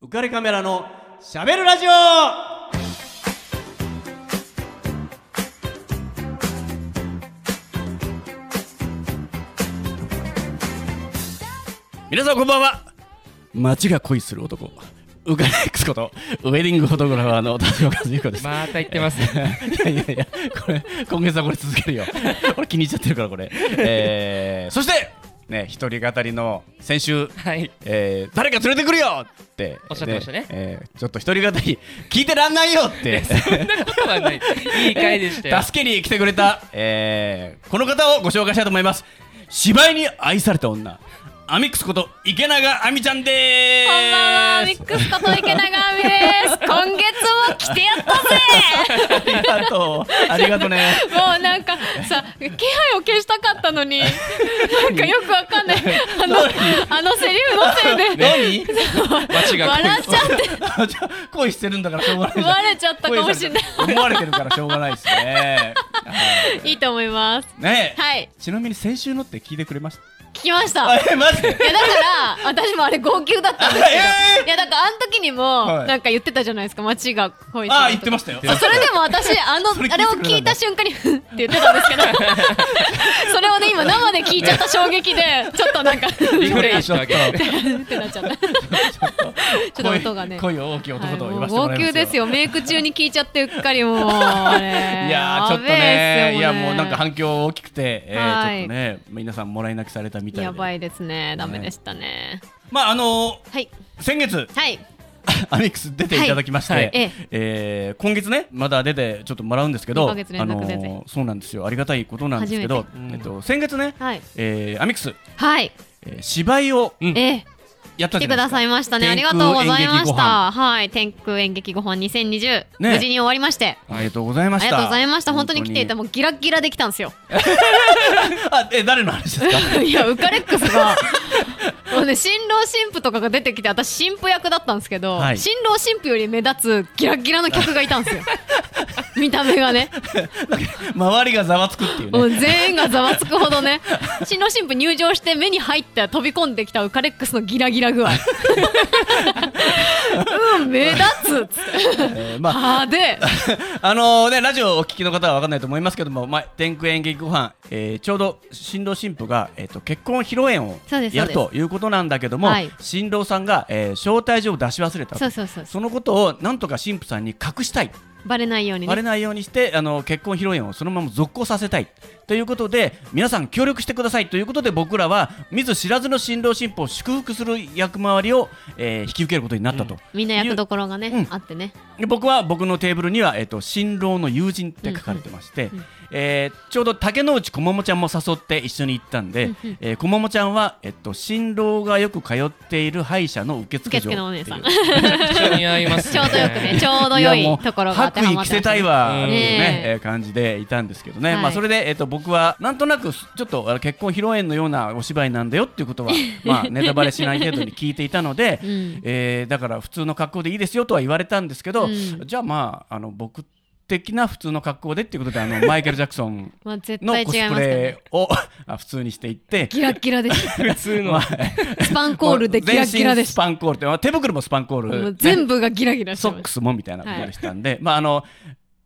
浮かれカメラのしゃべるラジオ皆さんこんばんは街が恋する男ウカレックスことウェディングフォトグラファーの田代和彦です、また言って ます。いやいやいやこれ今月はこれ続け るよ俺気に入っちゃってるからこれ、えー、そしてね一人語りの先週、はい。えー誰か連れてくるよっておっしゃってましたねえーちょっと一人語り聞いてらんないよってそんなことはない。いい回でしたよ。助けに来てくれた、えーこの方をご紹介したいと思います芝居に愛された女アミックスこと池永亜美ちゃんでこんばんは、ミすックスこと池永亜美 です。今月も来てやったぜ。ありがとうありがとうねもうなんかさ、気配を消したかったのに、なんかよくわかんない。あの、あのセリフのせいで、何街が笑っちゃって、あじゃあ恋してるんだからしょうがないじゃんバレちゃったかもしれない。恋されて思われてるからしょうがないですねはいいいと思います。ねえ、はい、ちなみに先週のって聞いてくれました聞きました。いあえマジでやだから、私もあれ号泣だったんです えけど、いやだからあの時にも、はいなんか言ってたじゃないですか、街が恋してるとかあ言ってましたよそうそれでも私あのそれ聞いてあれをくれたんだ聞いた瞬間にふんって言って たんですけどそれをね今生で聞いちゃった衝撃でちょっとなんかリフレインしたわけちょっとってなっちゃったちょっと音がね恋恋を大きいは男いとも言うわせても号らいます泣ですよメイク中に聞いちゃってうっかりもうあれいやーちょっとねいやもうなんかん反響大きくて、えーはいちょっとね皆さんもらい泣きされたみたいでやばいですねダメでしたねまああのはいー先月 はいアミックス出ていただきまして、はいはいえええー今月ねまだ出てちょっともらうんですけ二どヶ月連あの続でーそうなんですよありがたいことなんですけど初、うんえっと、先月ね、はいえーアミックス、はいえー芝居をうんええやった来じてゃないですかくださいましたねあ天り空がとうございま演劇ごし飯たはい天空演劇ご本2020無ね事に終わりましてありがとうございまあしりたがとうございました。本当に来ていた、もうギラッギラできたんですよ。 あえ誰の話ですかいや、ウカレックス が、もうね、新郎新婦とかが出てきて、私、新婦役だったんですけど、はい新郎新婦より目立つギラッギラの客がいたん ですよ。見た目がね、周りがざわつくっていうもねう全員がざわつくほどね、新郎新婦入場して目に入って飛び込んできたウカレックスのギラギラ 具合。うん、目立つっつって。えーまあ派手。 あのね、ラジオをお聞きの方は分かんないと思いますけども、まあ、天空演劇ご飯、えーちょうど新郎新婦が、えー、と結婚披露宴をそうですやるそうということなんだけども、はい新郎さんが、えー招待状を出し忘 れたとそうそうそうそそのことをなんとか新婦さんに隠したい、バレないようにバレね。ないようにしてあの結婚披露宴をそのまま続行させたいということで皆さん協力してくださいということで僕らは見ず知らずの新郎新婦を祝福する役回りを、えー引き受けることになったと。みんな役どころがね、うんあってね。で僕は僕のテーブルには、えっと新郎の友人って書かれてまして、えーちょうど竹之内こももちゃんも誘って一緒に行ったんで、えーこももちゃんは、えっと新郎がよく通っている歯医者の受付嬢受付のお姉さんっていう。一緒に合います、 ちょうどよくね、ちょうど良やもいうところが当て白はま衣着ってませすねたいわっていうねね、ええー感じでいたんですけどね、はいまあそれで、えっと僕はなんとなくちょっとあの結婚披露宴のようなお芝居なん だよっていうことはまあネタバレしない程度に聞いていたの で、んえーだから普通の格好でいいですよとは言われたんですけど、うんじゃあまああの僕的な普通の格好でっていうことであ のマイケル・ジャクソンまあ絶の対違いコスますプからねレを あ普通にしていって。ギラッギラ でした。普通の。スパンコールでギラッギ全ラで身しスた。パンコールってまあ手袋もスパンコーもル、う全部がギラギラしてソッましクた。スもみたいなことでしたんで、まああの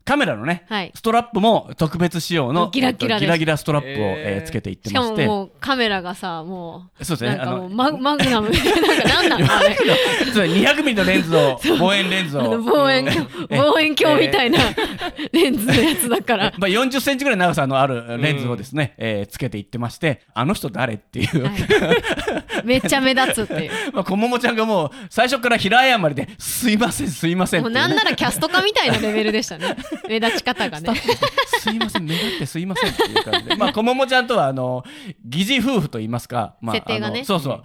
カメラのね、はいストラップも特別仕様のギラギラですギラギラストラップを、ええーーつけていってしまかしもてもうカメラがさ、もそうでう、すねなんあかものうママグ ナム、なんかなんなんだあれ。そう200ミリのレンズ を望遠レンズあのを。望遠鏡、望遠鏡みたいなレンズのやつだから。まあ、40センチぐらい長さのあるレンズをですね、えーつけていってましてあの人誰っていう、はいめっちゃ目立つっていう。 まあ、こももちゃんがもう最初から平謝りですいませんすいませんっもていううなんねならキャスト化みたいなレベルでし たね。目立ち方がね。すいません目立ってすいませんっていう感じで まあこももちゃんとはあの疑似夫婦と言いますか、まあ、設定がねあのそうそう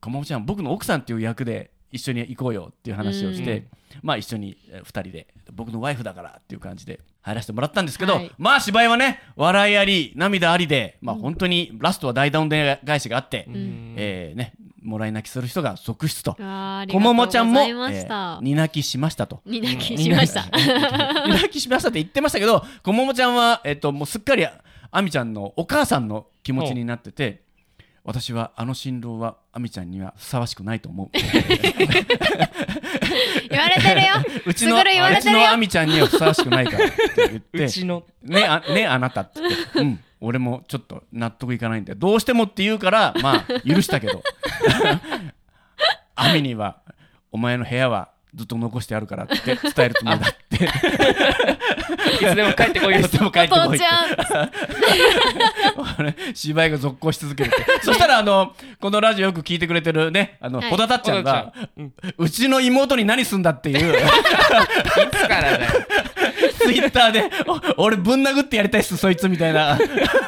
こももちゃん僕の奥さんっていう役で一緒に行こうよっていう話をして、うんまあ一緒にえー二人で僕のワイフだからっていう感じで入らせてもらったんですけど、はいまあ芝居はね笑いあり涙ありでまあ本当にラストは大ダウン返しがあって、えーねもらい泣きする人が続出と。あーありこがともうもごちゃざんも、いまえしたー。二泣きしましたと。に泣きしま した。リラキしましたって言ってましたけど、こももちゃんは、えっと、もうすっかりああみちゃんのお母さんの気持ちになってて、 私はあの新郎はあみちゃんにはふさわしくないと思う。ちのすぐる言われ うてちるよのあみちゃんにはふさわしくないからって言っう てちのねあねあなたって言って、うん、俺もちょっと納得いかないんだよどうしてもって言うからまあ許したけど アミにはお前の部屋はずっと残してあるからって伝えるつもりだっていつでも帰ってこ いいよつでも帰っておこ父いっちてゃん芝居が続行し続けるって そしたらあのこのラジオよく聞いてくれてるねあの、はいほだたっちゃんがうちの妹に何すんだっていう いつからだよツイッターでお俺ぶん殴ってやりたいっすそいつみたい な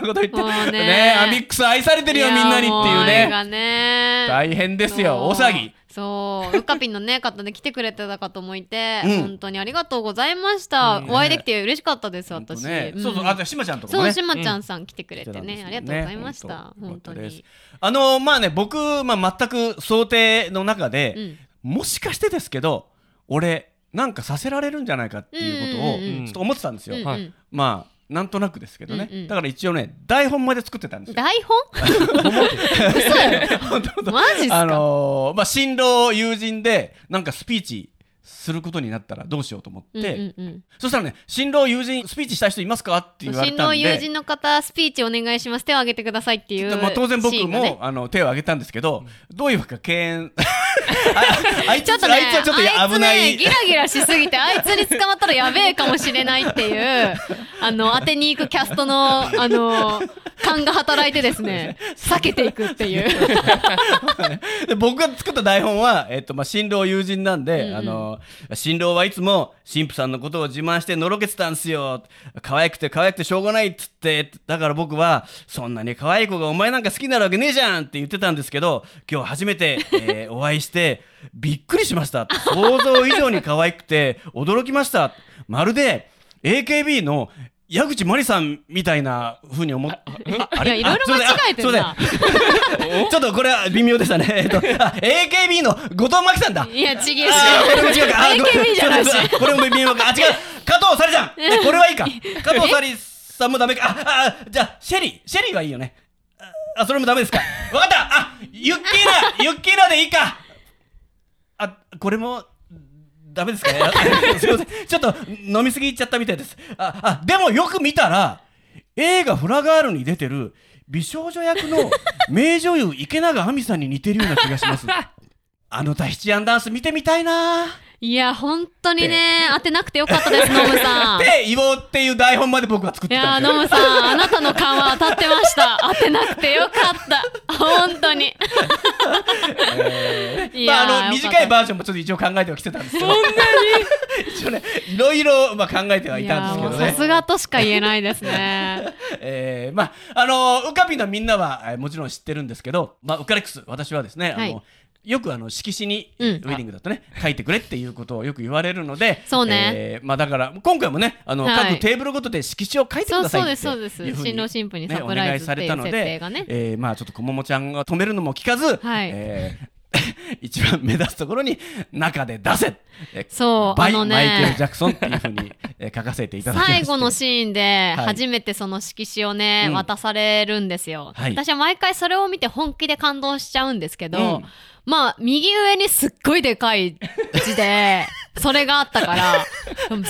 こと言ってもうねアミックス愛されてるよみんなにっていうやもあれねがね大変ですよそう大騒ぎそううかぴんのね方で来てくれてた方もいて、うん本当にありがとうございました、うんお会いできて嬉しかったです私、ねんそうそうあとしまちゃんとかそもうねしまちゃんさん来てくれてね,、来たあんですりよがとうございました本当ですに、あのまあね僕、まあ、全く想定の中で、うんもしかしてですけど俺なんかさせられるんじゃないかっていうことをうんうんうんちょっと思ってたんですよ、うんうんはいまあなんとなくですけどね、うんうんだから一応ね台本まで作ってたんですよ台本嘘よ本当本当マジっすか、あのーまあ新郎友人でなんかスピーチすることになったらどうしようと思って、うんうんうんそしたらね新郎友人スピーチしたい人いますかって言われ新たん郎で友人の方スピーチお願いします手を挙げてくださいっていう、まあ、当然僕シーンがも、ねあの手を挙げたんですけど、どういうわけか敬遠 ああいつちょっとねあいつはちょっと危なあいいつねギラギラしすぎてあいつに捕まったらやべえかもしれないっていうあの当てに行くキャストの あの勘が働いてですね避けていくっていう で僕が作った台本は、えっとまあ、新郎友人なんで、うんうんあの新郎はいつも新婦さんのことを自慢してのろけてたんすよ可愛くて可愛くてしょうがないっつってだから僕はそんなに可愛い子がお前なんか好きになるわけねえじゃんって言ってたんですけど今日初めて、 えーお会いしてびっくりしました想像以上に可愛くて驚きましたまるで AKB の矢口真理さんみたいな風に思っあいやいろいろ間違えてるなあすいませんあすいませんちょっとこれは微妙でしたね。えっと、あ AKB の後藤真希さんだ。いやちげえしあこれも違うか。 あ AKB じゃないしこれもこれも微妙か。あ、違う。加藤さりちゃん。えこれはいいか。加藤さりさんもダメか。あ、あ、あじゃあ、シェリー。シェリーはいいよね。あ、あそれもダメですか。わかった。あ、ユッキーナ。ユッキーナでいいか。あ、これも。ダメですかね。あ すみません。ちょっと飲みすぎちゃったみたいです。あ、あ、でもよく見たら映画フラガールに出てる美少女役の名女優池永亜美さんに似てるような気がします。あのタヒチアンダンス見てみたいなーっいや本当にね当てなくてよかったですノムさんて言おうっていう台本まで僕は作っいてやたーんですノよ。ムさんあなたの勘は当たってました当てなくてよかった本当にまあ、あのいやーよかった短いバージョンもちょっと一応考えてはきてたんですけど。そんなに 一応ね、いろいろまあ考えてはいいたやんーもうですけさどすね。がとしか言えないですねえー、まああのウカピのみんなは、えーもちろん知ってるんですけど、まあウカレックス私はですね、はいあのよくあの色紙に、うんウェディングだとね書いてくれっていうことをよく言われるので、そうねえーまあだから今回もねあの、はい各テーブルごとで色紙を書いてくそうださいそっうていですそういですうふうに新郎新婦にねサプライズっていう設定がねえーまあちょっとこももちゃんが止めるのも聞かず、はいえー 一番目立つところに中で出せ、えーそうバあイのねマイケル・ジャクソンっていうふうに、えー書かせ ていただきました最後のシーンではい初めてその色紙をね、うん渡されるんですよ、はい私は毎回それを見て本気で感動しちゃうんですけど、うんまあ右上にすっごいでかい字でそれがあっ たから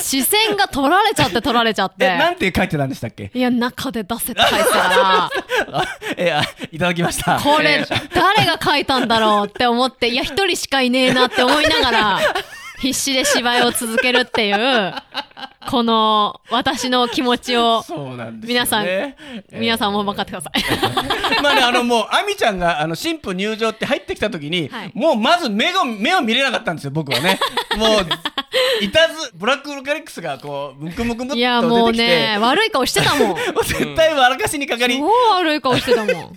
視線が取られちゃって取られちゃっえなてんて書いてたんでしたっけいや中で出せって書いて たからあえーあいただきましたこれ誰が書いたんだろうって思って いや一人しかいねえなって思いながら必死で芝居を続けるっていうこの私の気持ちをそうなんですよ、ね、皆さんえー皆さんも分かってください。 まあね、あのもう、あみちゃんが、あの新婦入場って入ってきたときに、はいもうまず目が、目を見れなかったんですよ、僕は ね。もう、いたず、ブラックロカリックスがこう、ムクムクムっとい出やもうてきてね、悪い顔してたもん。もう絶対笑かしにかかり、超悪い顔してたもん。かか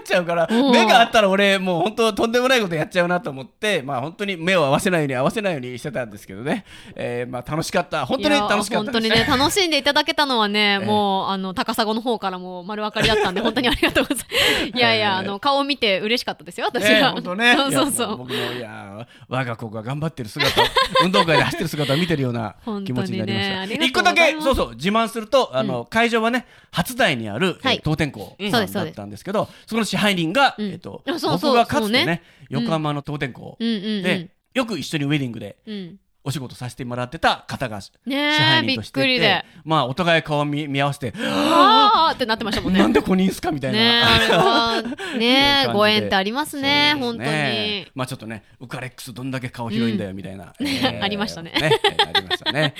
っちゃうから、うん目があったら俺、もう本当とんでもないことやっちゃうなと思って、まあ本当に目を合わせないように合わせないようにしてたんですけどね。えーまあ楽しかった。本当に楽しかいやった本当です。にね、楽しんでいただけたのはね、ええもう、あの、高砂の方からも丸分かりだったんで、本当にありがとうございます。いや えいえや、あの、顔を見て嬉しかったですよ、私ええは。本当ね。 そうそういやもそう。僕もいや我が子が頑張ってる 姿、運動会で走ってる姿を見てるような本気当に持ちにねなりました。ありがとう一ご個ざだいまけすそうそう自慢するとあの、会場はね初台にある、えーはい東天港んさそだうんですそうっですたんですけど、そこの支配人が、うんえっ、とあそうそ僕うがかつてそうねね横浜の東天港うんうんうんで、よく一緒にウェディングでうん。お仕事させてもらってた方が支ねえ配人としていびて、っくりでまあお互い顔見見合わせ て、あーってなってましたもんねなんでここにいんすかみたいな。ねえあれは いねう感じえでご縁ってありますねそう本で当すねにまあちょっとね、ウカレックスどんだけ顔広いんだよみたいな。えーありましたねえーありましたね。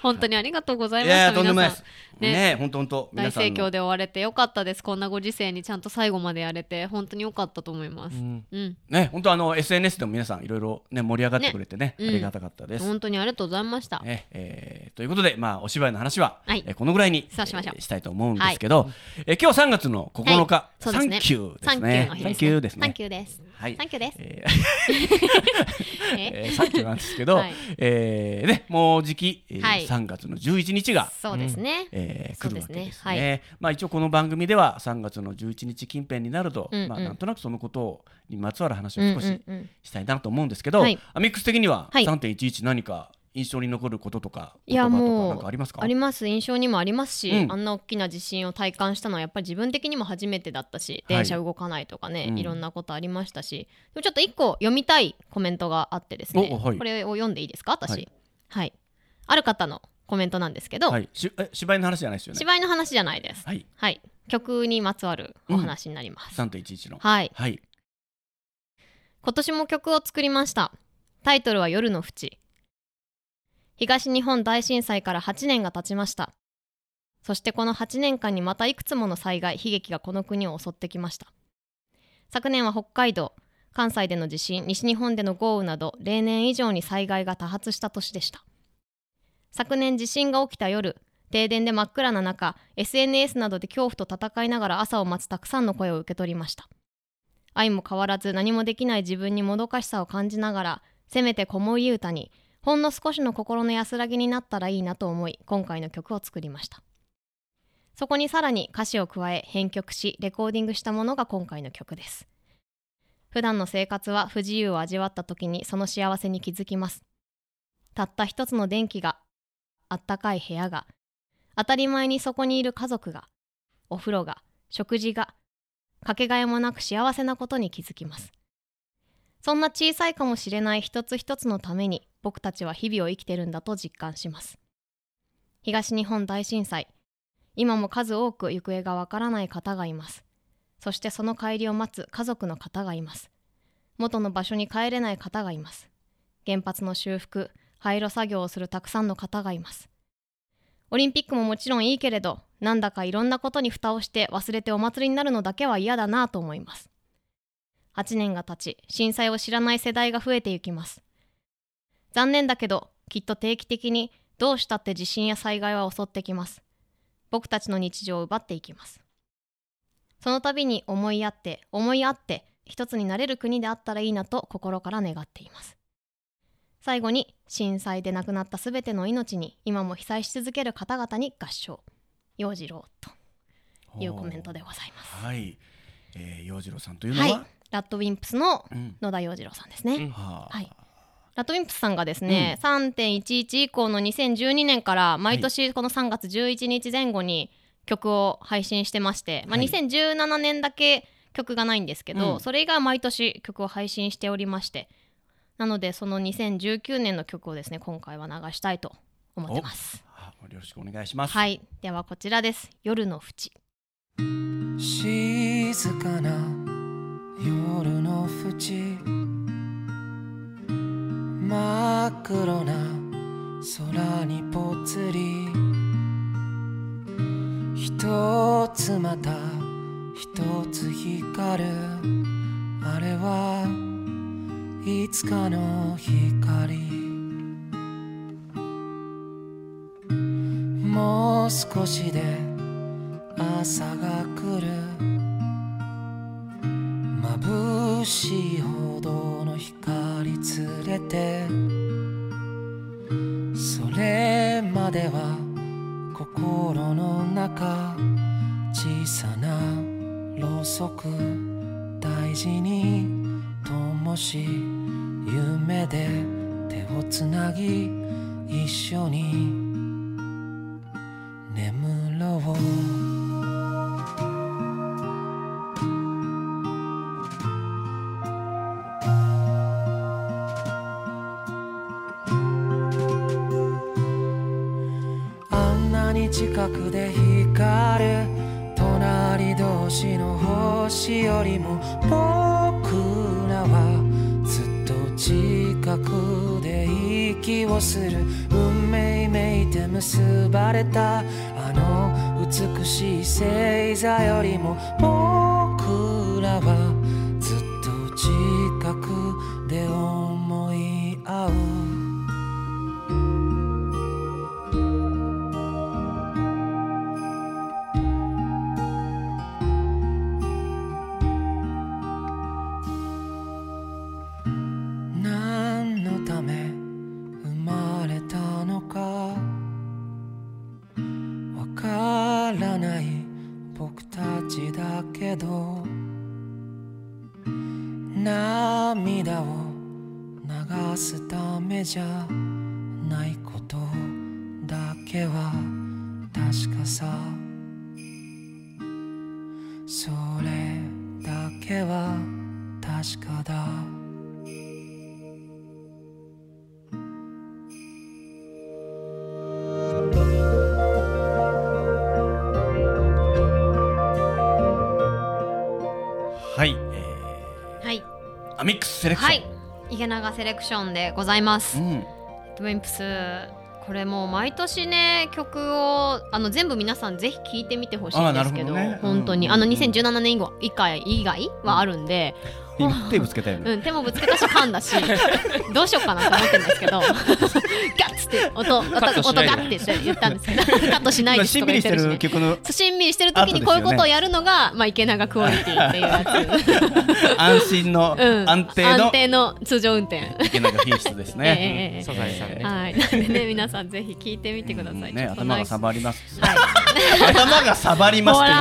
本当に ありがとうございいましやたーとんでもない皆でさす。んねね、本当本当大皆さん盛の況で終われてよかったですこんなご時世にちゃんと最後までやれて本当によかったと思いますうんうんね、本当あの SNS でも皆さんいろいろね盛り上がってくれてね、ねうんありがたかったです。本当にありがとうございましたねえーということで、まあ、お芝居の話は、はいえーこのぐらいにそうしましょうえーたいと思うんですけど、えー今日3月の9日、そうでサすンねキューでサすンキュねーの。サ日ンキューですサンね。キューですはいサンキューですええーサンキューなんですけど、はいえーね、もうじき、えーはい3月の11日が、そうですねえーそう来るわですねけですはね。まあ、一応この番組では3月の11日近辺になると、うんうんまあ、なんとなくそのことをにまつわる話をうん少うしんうんしたいなと思うんですけど、はいアミックス的にははい3.11何か印象に残ることとかい言葉やともかうなんかありますかあります印象にもありますし、うんあんな大きな地震を体感したのはやっぱり自分的にも初めてだったしはい電車動かないとかね、うんいろんなことありましたしでもちょっと一個読みたいコメントがあってですおね、はいこれを読んでいいですか私ははいい、ある方のコメントなんですけど、はい、しえ芝居の話じゃないですよね。芝居の話じゃないですはい、はい曲にまつわるお話になります、 3.11の。はいはい、今年も曲を作りましたタイトルは「夜の淵」東日本大震災から8年が経ちましたそしてこの8年間にまたいくつもの災害悲劇がこの国を襲ってきました昨年は北海道関西での地震西日本での豪雨など例年以上に災害が多発した年でした昨年地震が起きた夜停電で真っ暗な中 SNS などで恐怖と戦いながら朝を待つたくさんの声を受け取りました愛も変わらず何もできない自分にもどかしさを感じながらせめて子守歌にほんの少しの心の安らぎになったらいいなと思い今回の曲を作りましたそこにさらに歌詞を加え編曲しレコーディングしたものが今回の曲です普段の生活は不自由を味わった時にその幸せに気づきますたった一つの電気があったかい部屋が当たり前にそこにいる家族がお風呂が食事がかけがえもなく幸せなことに気づきますそんな小さいかもしれない一つ一つのために僕たちは日々を生きてるんだと実感します東日本大震災今も数多く行方がわからない方がいますそしてその帰りを待つ家族の方がいます元の場所に帰れない方がいます原発の修復廃炉作業をするたくさんの方がいますオリンピックももちろんいいけれど、なんだかいろんなことに蓋をして忘れてお祭りになるのだけは嫌だなと思います。8年が経ち、震災を知らない世代が増えていきます。残念だけど、きっと定期的にどうしたって地震や災害は襲ってきます。僕たちの日常を奪っていきます。その度に思い合って、思い合って、一つになれる国であったらいいなと心から願っています。最後に震災で亡くなったすべての命に今も被災し続ける方々に合唱陽次郎というコメントでございますはい、えー、陽次郎さんというのは、はいラッドウィンプスのうん、野田陽次郎さんですね、うんはあはいラッドウィンプスさんがですね、3.11以降の2012年から毎年この3月11日前後に曲を配信してまして、まあ、はい2017年だけ曲がないんですけど、うんそれ以外は毎年曲を配信しておりましてなのでその2019年の曲をですね今回は流したいと思ってますあよろしくお願いします。はい、ではこちらです。夜の淵。静かな夜の淵真っ黒な空にぽつり一つまた一つ光るあれはいつかの光もう少しで朝が来る眩しいほどの光連れてそれまでは心の中小さなろうそく大事に灯し夢で手をつなぎ一緒に眠ろう「近くで光る隣同士の星よりも僕らはずっと近くで息をする運命めいて結ばれたあの美しい星座よりも僕らはずっと近くで思い合う何のため生まれたのかわからない僕たちだけど涙を流すためじゃないことだけは確かさそれだけは確かだはい、えはいー、アミックスセレクシはョいン、池永セレクションでございますうん、トゥインプスこれもう毎年ね曲をあの全部皆さんぜひ聴いてみてほしいんですけどあーなるほどね本当に、うんあの2017年以後以外以外はあるんで、今手ぶつけたよね、うん、手もぶつけたし噛ん だしどうしようかなと思ってるんですけど ガッツって音音カットし音ないでガッてって言ったんです けどカットしない今ですしとんかびりして言ってるし、ねる、曲のそうしんびりしてる時にこういうことをやるのが、まあ、池永クオリティっていうやつ、安心の うん、安定のの通常運転池永品質です ええええええね。サザエさんねはい、なんでね、皆さんぜひ聞いてみてください。ね、頭がさばばります。はい。 頭がさばりますほって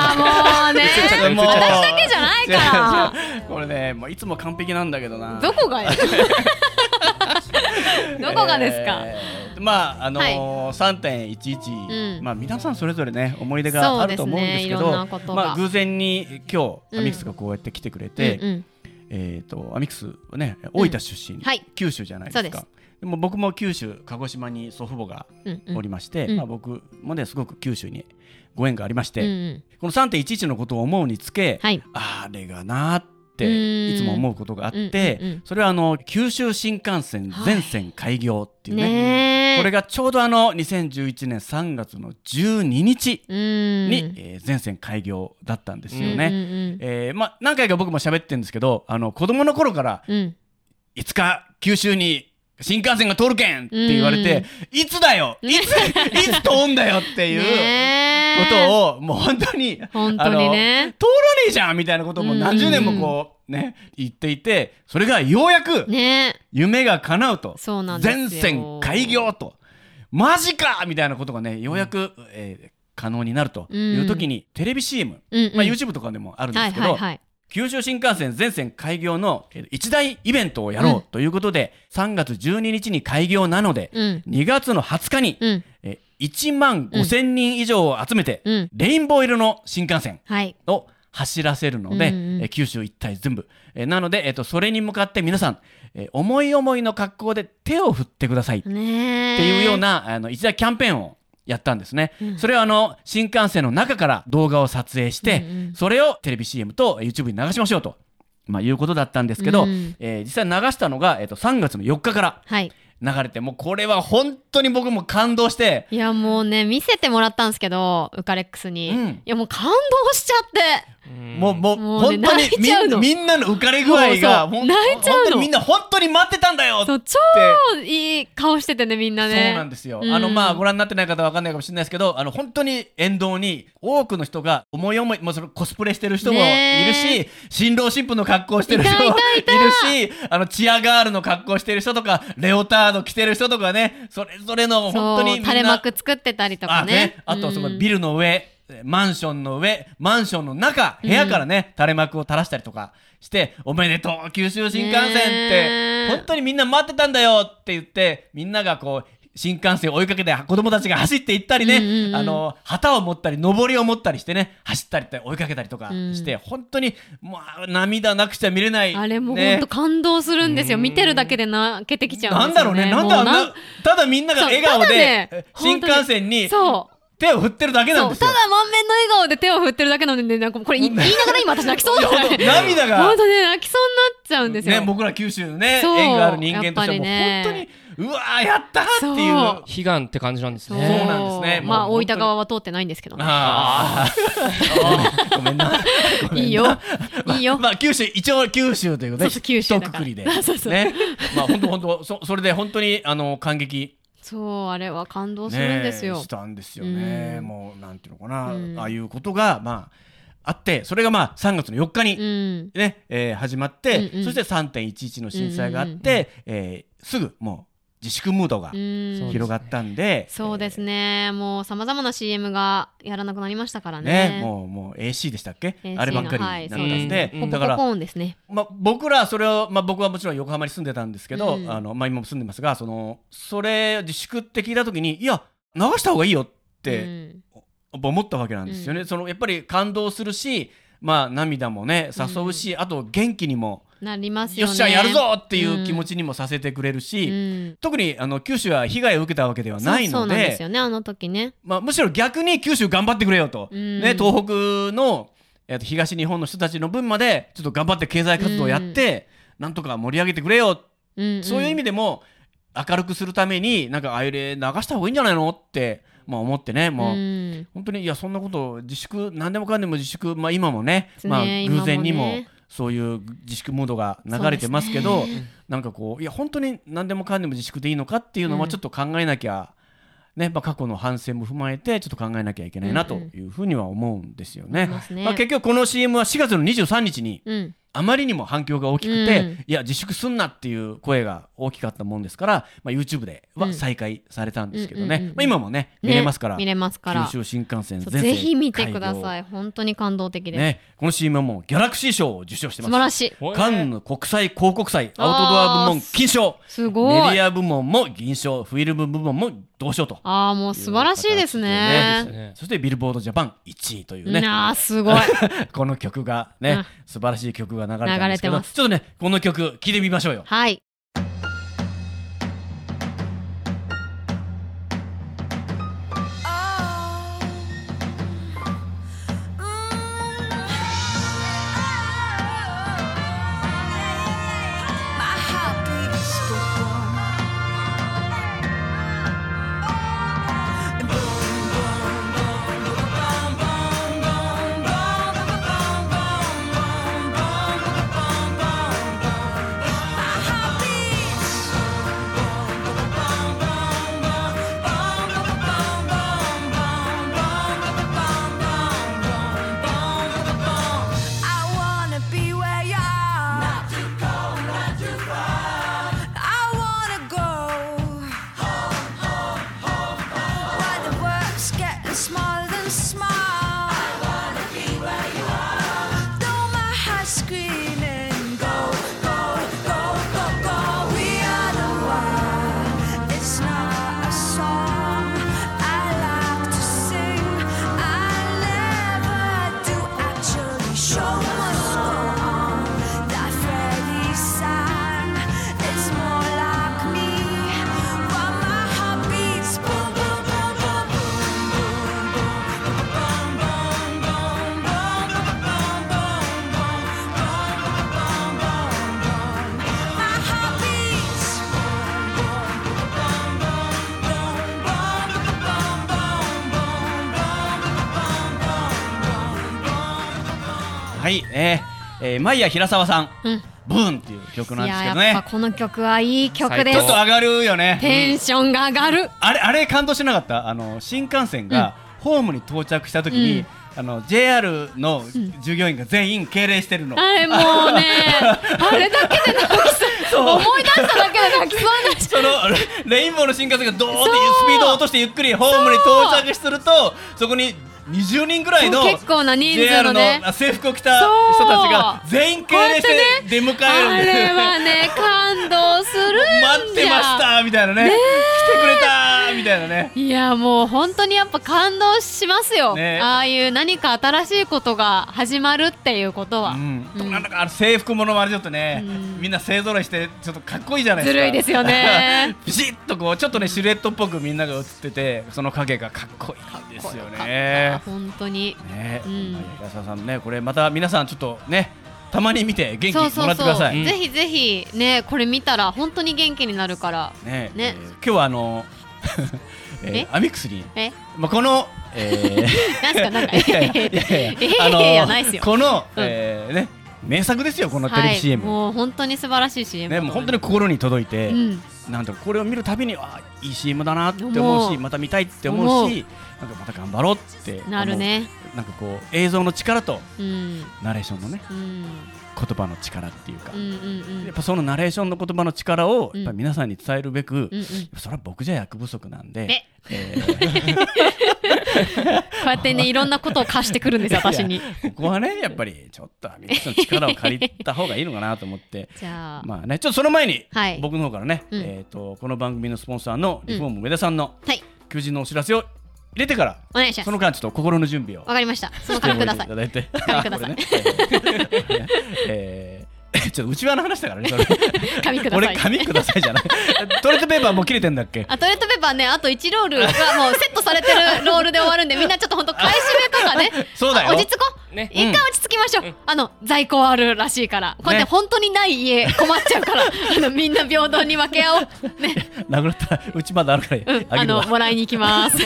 いう。ら、らももうね、う私だけじゃないか違う違うこれね、もういつも完璧なんだけどな。ら。どこがよ。どこがですか。えーまああのー3.11、うんまあ皆さんそれぞれね思い出があると思うんですけそうでどすねいろんなことがまあ偶然に今う日んアミックスがこうやって来てくれて、うんうんえっ、とアミックスはね大分出身、うんはい九州じゃないですそうか。ででも僕も九州鹿児島に祖父母がうんうんおりまして、うんまあ僕もねすごく九州にご縁がありまして、うんうんこの3.11のことを思うにつけ、はい。あれがなーっうてーんいつも思うことがあって、うんうんうんそれはあの九州新幹線全線開業っていうね,、ねえ。これがちょうどあの2011年3月の12日うん。に、えー全線開業だったんですようんうね。んえーまあ、何回か僕も喋ってるんですけどあの子供の頃からうん。うん。いつか九州に新幹線が通るけんって言われて、いつだよいついつ通んだよっていうねこえとをもう本当に本当にね。通らねえじゃんみたいなことも何十年もこうね言っていてそれがようやくねえ。夢が叶うとそうなんですよ全線開業とマジかみたいなことがねようやくえー可能になるという時にテレビ CM うんうんまあ YouTube とかでもあるんではいすけはいどはい。九州新幹線全線開業のえー一大イベントをやろうということで3月12日に開業なのでうん2月の20日にうんえー1万5000人以上を集めてうん。レインボー色の新幹線はい。を走らせるので、うんうんえー九州一帯全部、えーなので、えー、とそれに向かって皆さん、えー思い思いの格好で手を振ってくださいってねいえ。うような、あの一大キャンペーンをやったんですね、うんそれはあの新幹線の中から動画を撮影して、うんうんそれをテレビ CM とえー YouTube に流しましょうと、まあ、いうことだったんですけど、うんえー実際流したのが、えー、と3月の4日からはい。流れてもうこれは本当に僕も感動していやもうね見せてもらったんですけどウカレックスに、うんいやもう感動しちゃってもう、もう、もうね本当に泣いみちゃうんのな、みんなの浮かれ具合が、そうそうほん泣いちゃう本の当にみんな、本当に待ってたんだよってそう超いい顔しててねみんなそうねなんですよ。うんあの、まあ、ご覧になってない方はわかんないかもしれないですけど、あの、本当に沿道に多くの人が、思い思い、もうそのコスプレしてる人もいるしね、新郎新婦の格好してる人もいいたいたいるし、あの、チアガールの格好してる人とか、レオタード着てる人とかね、それぞれの本当にみんな。垂れ幕作ってたりとかねあねあとそのうんビルの上、マンションの上マンションの中部屋からね、垂れ幕を垂らしたりとかして「おめでとう九州新幹線」っねてえ本当にみんな待ってたんだよって言ってみんながこう新幹線を追いかけて子供たちが走っていったりね、うんうんうんあの旗を持ったり上りを持ったりしてね走ったりって追いかけたりとかして、本当にもう涙なくちゃ見れない、あれもね本当感動するんですよ、見てるだけで泣けてきちゃなうんんですだよ、ろうねね、なんだろうなただみんなが笑顔で、そうただね新幹線にそう手を振ってるだけなんそうですよただ満面の笑顔で手を振ってるだけなので、なんかこれい言いながら今私泣きそうだよね。 涙が本当ね泣きそうになっちゃうんですよ。ね僕ら九州のねそう縁がある人間としてはもうやっぱり本ね当にうわーやったーっていうそう悲願って感じなんですそうそうね。なんですねもうまあ本当大分に側は通ってないんですけどね。ああごめんな。ごめんないいよ。 いいよ。まあ九州一応九州ということでそうそう九州だ一から括りで そうそうねまあ本当本当そそれで本当にあの感激そうあれは感動するんねですよ。したんですよねうんもうなんていうのかなうんああいうことがまああってそれがまあ3月の4日うにん。ねえー始まってうんうんそして3.11の震災があってえーすぐもう自粛ムードがうん。広がったんでそうですね。もうさまざまな CM がやらなくなりましたからねね。もうもう AC でしたっけ AC のあればっかりはいになったんでそうですねだかポップらコーンですね。まあ、僕らはそれを、まあ、僕はもちろん横浜に住んでたんですけど、うんあのまあ、今も住んでますがそのそれ自粛って聞いた時にいや流した方がいいよっうてん思ったわけなんですよね、うんそのやっぱり感動するし、まあ、涙もね誘うし、あと元気にも、なりますよよね。っしゃやるぞっていう気持ちにもさせてくれるし、うん特にあの九州は被害を受けたわけではそうないそうのなんでですよねあの時ね。まあ、むしろ逆に九州頑張ってくれよと、うんね、東北の、えーと東日本の人たちの分までちょっと頑張って経済活動をやって、なんとか盛り上げてくれよっうんんそういう意味でも明るくするためになんかあゆれ流した方がいいんじゃないのって、まあ、思ってねもう、うん本当にいやそんなこと自粛何でもかんでも自粛、まあ、今もねですねまあ、今もね偶然にもそういう自粛モードが流れてますけどそうですねなんかこういや本当に何でもかんでも自粛でいいのかっていうのうはんちょっと考えなきゃ、ねまあ、過去の反省も踏まえてちょっと考えなきゃいけないなというふうには思うんですよね。思いますねまあ、結局この CM は4月の23日にうんあまりにも反響が大きくて、うんいや自粛すんなっていう声が大きかったもんですから、まあ、YouTube でうんは再開されたんですけどうんうんうんねうんまあ今もねね見れますから,、見れますから九州新幹線そう全線ぜひ見てくださ開い本当に感動的業、です、ね、この CM はもうギャラクシー賞を受賞して素ま晴すらしいカンヌ国際広告祭アウトドア部門金賞すメごデいィア部門も銀賞フィルム部門も同賞とああもう素晴らしいですねいう形でそしてビルボードジャパン1位というねなあすごい この曲がうねん素晴らしい曲が流れてるんですけ流れてどますちょっとねこの曲聴いてみましょうよ はい Oh. Mm. Smaller than small. I wanna be where you are. Don't my heart screaming, go, go, go, go, go. We are the one. It's not a song I like to sing. I never do actually show what's going on. That Freddy sang is more like me. While my heart beats, boom, boom, boom, boom, boom, boom, boom. はい、えーえー、マイヤ平沢さん、うんブーンっていう曲なんいですやけどやっねぱ。この曲はいい曲でちすょっと上がるよね。テンションが上がるあれあれ感動しなかった。あの新幹線がホームに到着した時に、うんあの JR の従業員が全員敬礼してるの。あれも うねあれだけで泣きそう思い出しただけで泣きそうになっちゃそのレインボーの新幹線がドーンってスピードを落としてゆっくりホームに到着するとそこに20人ぐらいうの結構な人数 JR のねの制服を着たそう人たちが全員敬礼して出迎えるん ですあれはね感動するんじゃ待ってましたみたいなね来てくれたーみたいなねいやもう本当にやっぱ感動しますよ、ねああいう何か新しいことが始まるっていうことは、うん、うんなんだかあの制服ものまねちょっとね、うんみんな勢ぞろいしてちょっとかっこいいじゃないですずかるいです よねビシッとこうちょっとねシルエットっぽくみんなが映っててその影がかっこいいですよね本当にね、うん平沢さんねこれまた皆さんちょっとねたまに見て元気そうもそらうってそくださう、いぜひぜひねこれ見たら本当に元気になるからねえーね今日はあのえー えアミックスに、えまあ、この、えなんすかなんか ー、いやいやいやいやあのいやいやないっすよこの、うんえーね名作ですよこのテレはビい CM、もう本当に素晴らしい CM ねもう本当に心に届いて、うんなんとこれを見るたびにあーいい CM だなって思うし思うまた見たいって思うしなんかまた頑張ろうって思うなるねなんかこう映像の力とうんナレーションのねうん言葉の力っていうか、うんうんうんやっぱそのナレーションの言葉の力をうんやっぱ皆さんに伝えるべく、うんうんそれは僕じゃ役不足なんでえ、えー こうやってねいろんなことを貸してくるんですよ私にいやここはねやっぱりちょっとアミックスの力を借りた方がいいのかなと思ってじゃあ、まあねちょっとその前に、はい僕の方からね、うんえー、とこの番組のスポンサーのリフォーム上田さんのはい求人のお知らせを入れてから、お願いしますその間ちょっと心の準備をわかりましたその紙くださいだいて紙くださあこいれねえーちょっと内輪の話だからねそれ紙くだ さ俺い紙くださいじゃないトイレットペーパーもう切れてんだっけあトイレットペーパーねあと1ロールがもうセットされて るロールで終わるんでみんなちょっと本当買い占めとかねそうだよあ落ち着こう、ね一回落ち着きましょう、あの在庫あるらしいからこうやってね本当にない家困っちゃうから あのみんな平等に分け合おうね、なくなったらうちまだあるからうん、ああげるわのもらいに行きます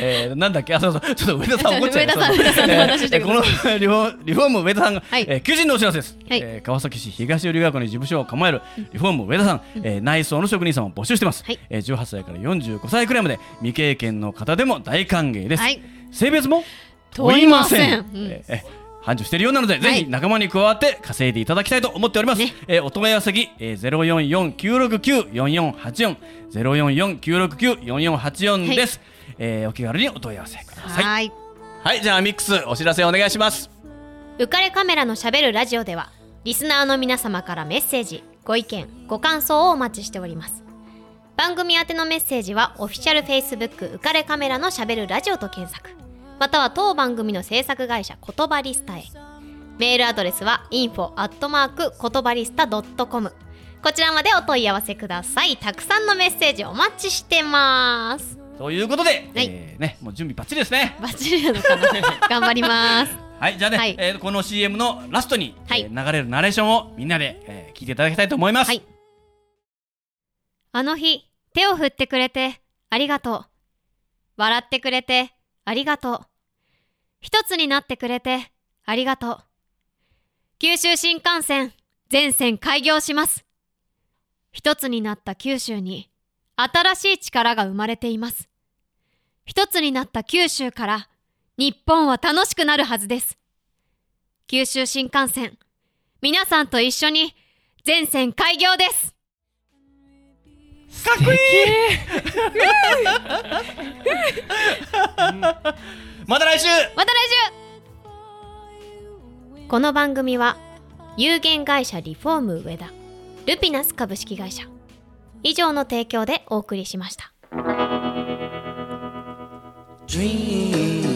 えー、なんだっけあそうそうちょっと上田さん怒っちゃう上田さそんう上田さんの話してえーくこだの リフォリフォーム上田さんが、はいえー求人のお知らせです、はいえー川崎市東寄川区に事務所を構えるリフォーム上田さん、えー内装の職人さんを募集してます、はいえー、18歳から45歳くらいまで未経験の方でも大歓迎です、はい性別も問いません問いませんえーえー繁盛しているようなので、いぜひ仲間に加わって稼いでいただきたいと思っております。ねえーお問い合わせ先、えー、044-969-4484、044-969-4484です、えーお気軽にお問い合わせください。はい、はいじゃあミックスお知らせお願いします。浮かれカメラのしゃべるラジオではリスナーの皆様からメッセージご意見ご感想をお待ちしております番組宛てのメッセージはオフィシャル Facebook 浮かれカメラのしゃべるラジオと検索または当番組の制作会社言葉リスタへメールアドレスは info アットマーク言葉リスタ .com こちらまでお問い合わせくださいたくさんのメッセージお待ちしてますということで、はいえーね、もう準備バッチリですね。バッチリなのかな頑張りますはい、じゃあね、はいえーこの CM のラストに、はいえー流れるナレーションをみんなで、えー聞いていただきたいと思います。はいあの日、手を振ってくれてありがとう。笑ってくれてありがとう。一つになってくれてありがとう。九州新幹線、全線開業します。一つになった九州に、新しい力が生まれています。一つになった九州から、日本は楽しくなるはずです。九州新幹線、皆さんと一緒に、全線開業です。かっこいいまた来週また来週この番組は有限会社リフォーム上田ルピナス株式会社以上の提供でお送りしました Dream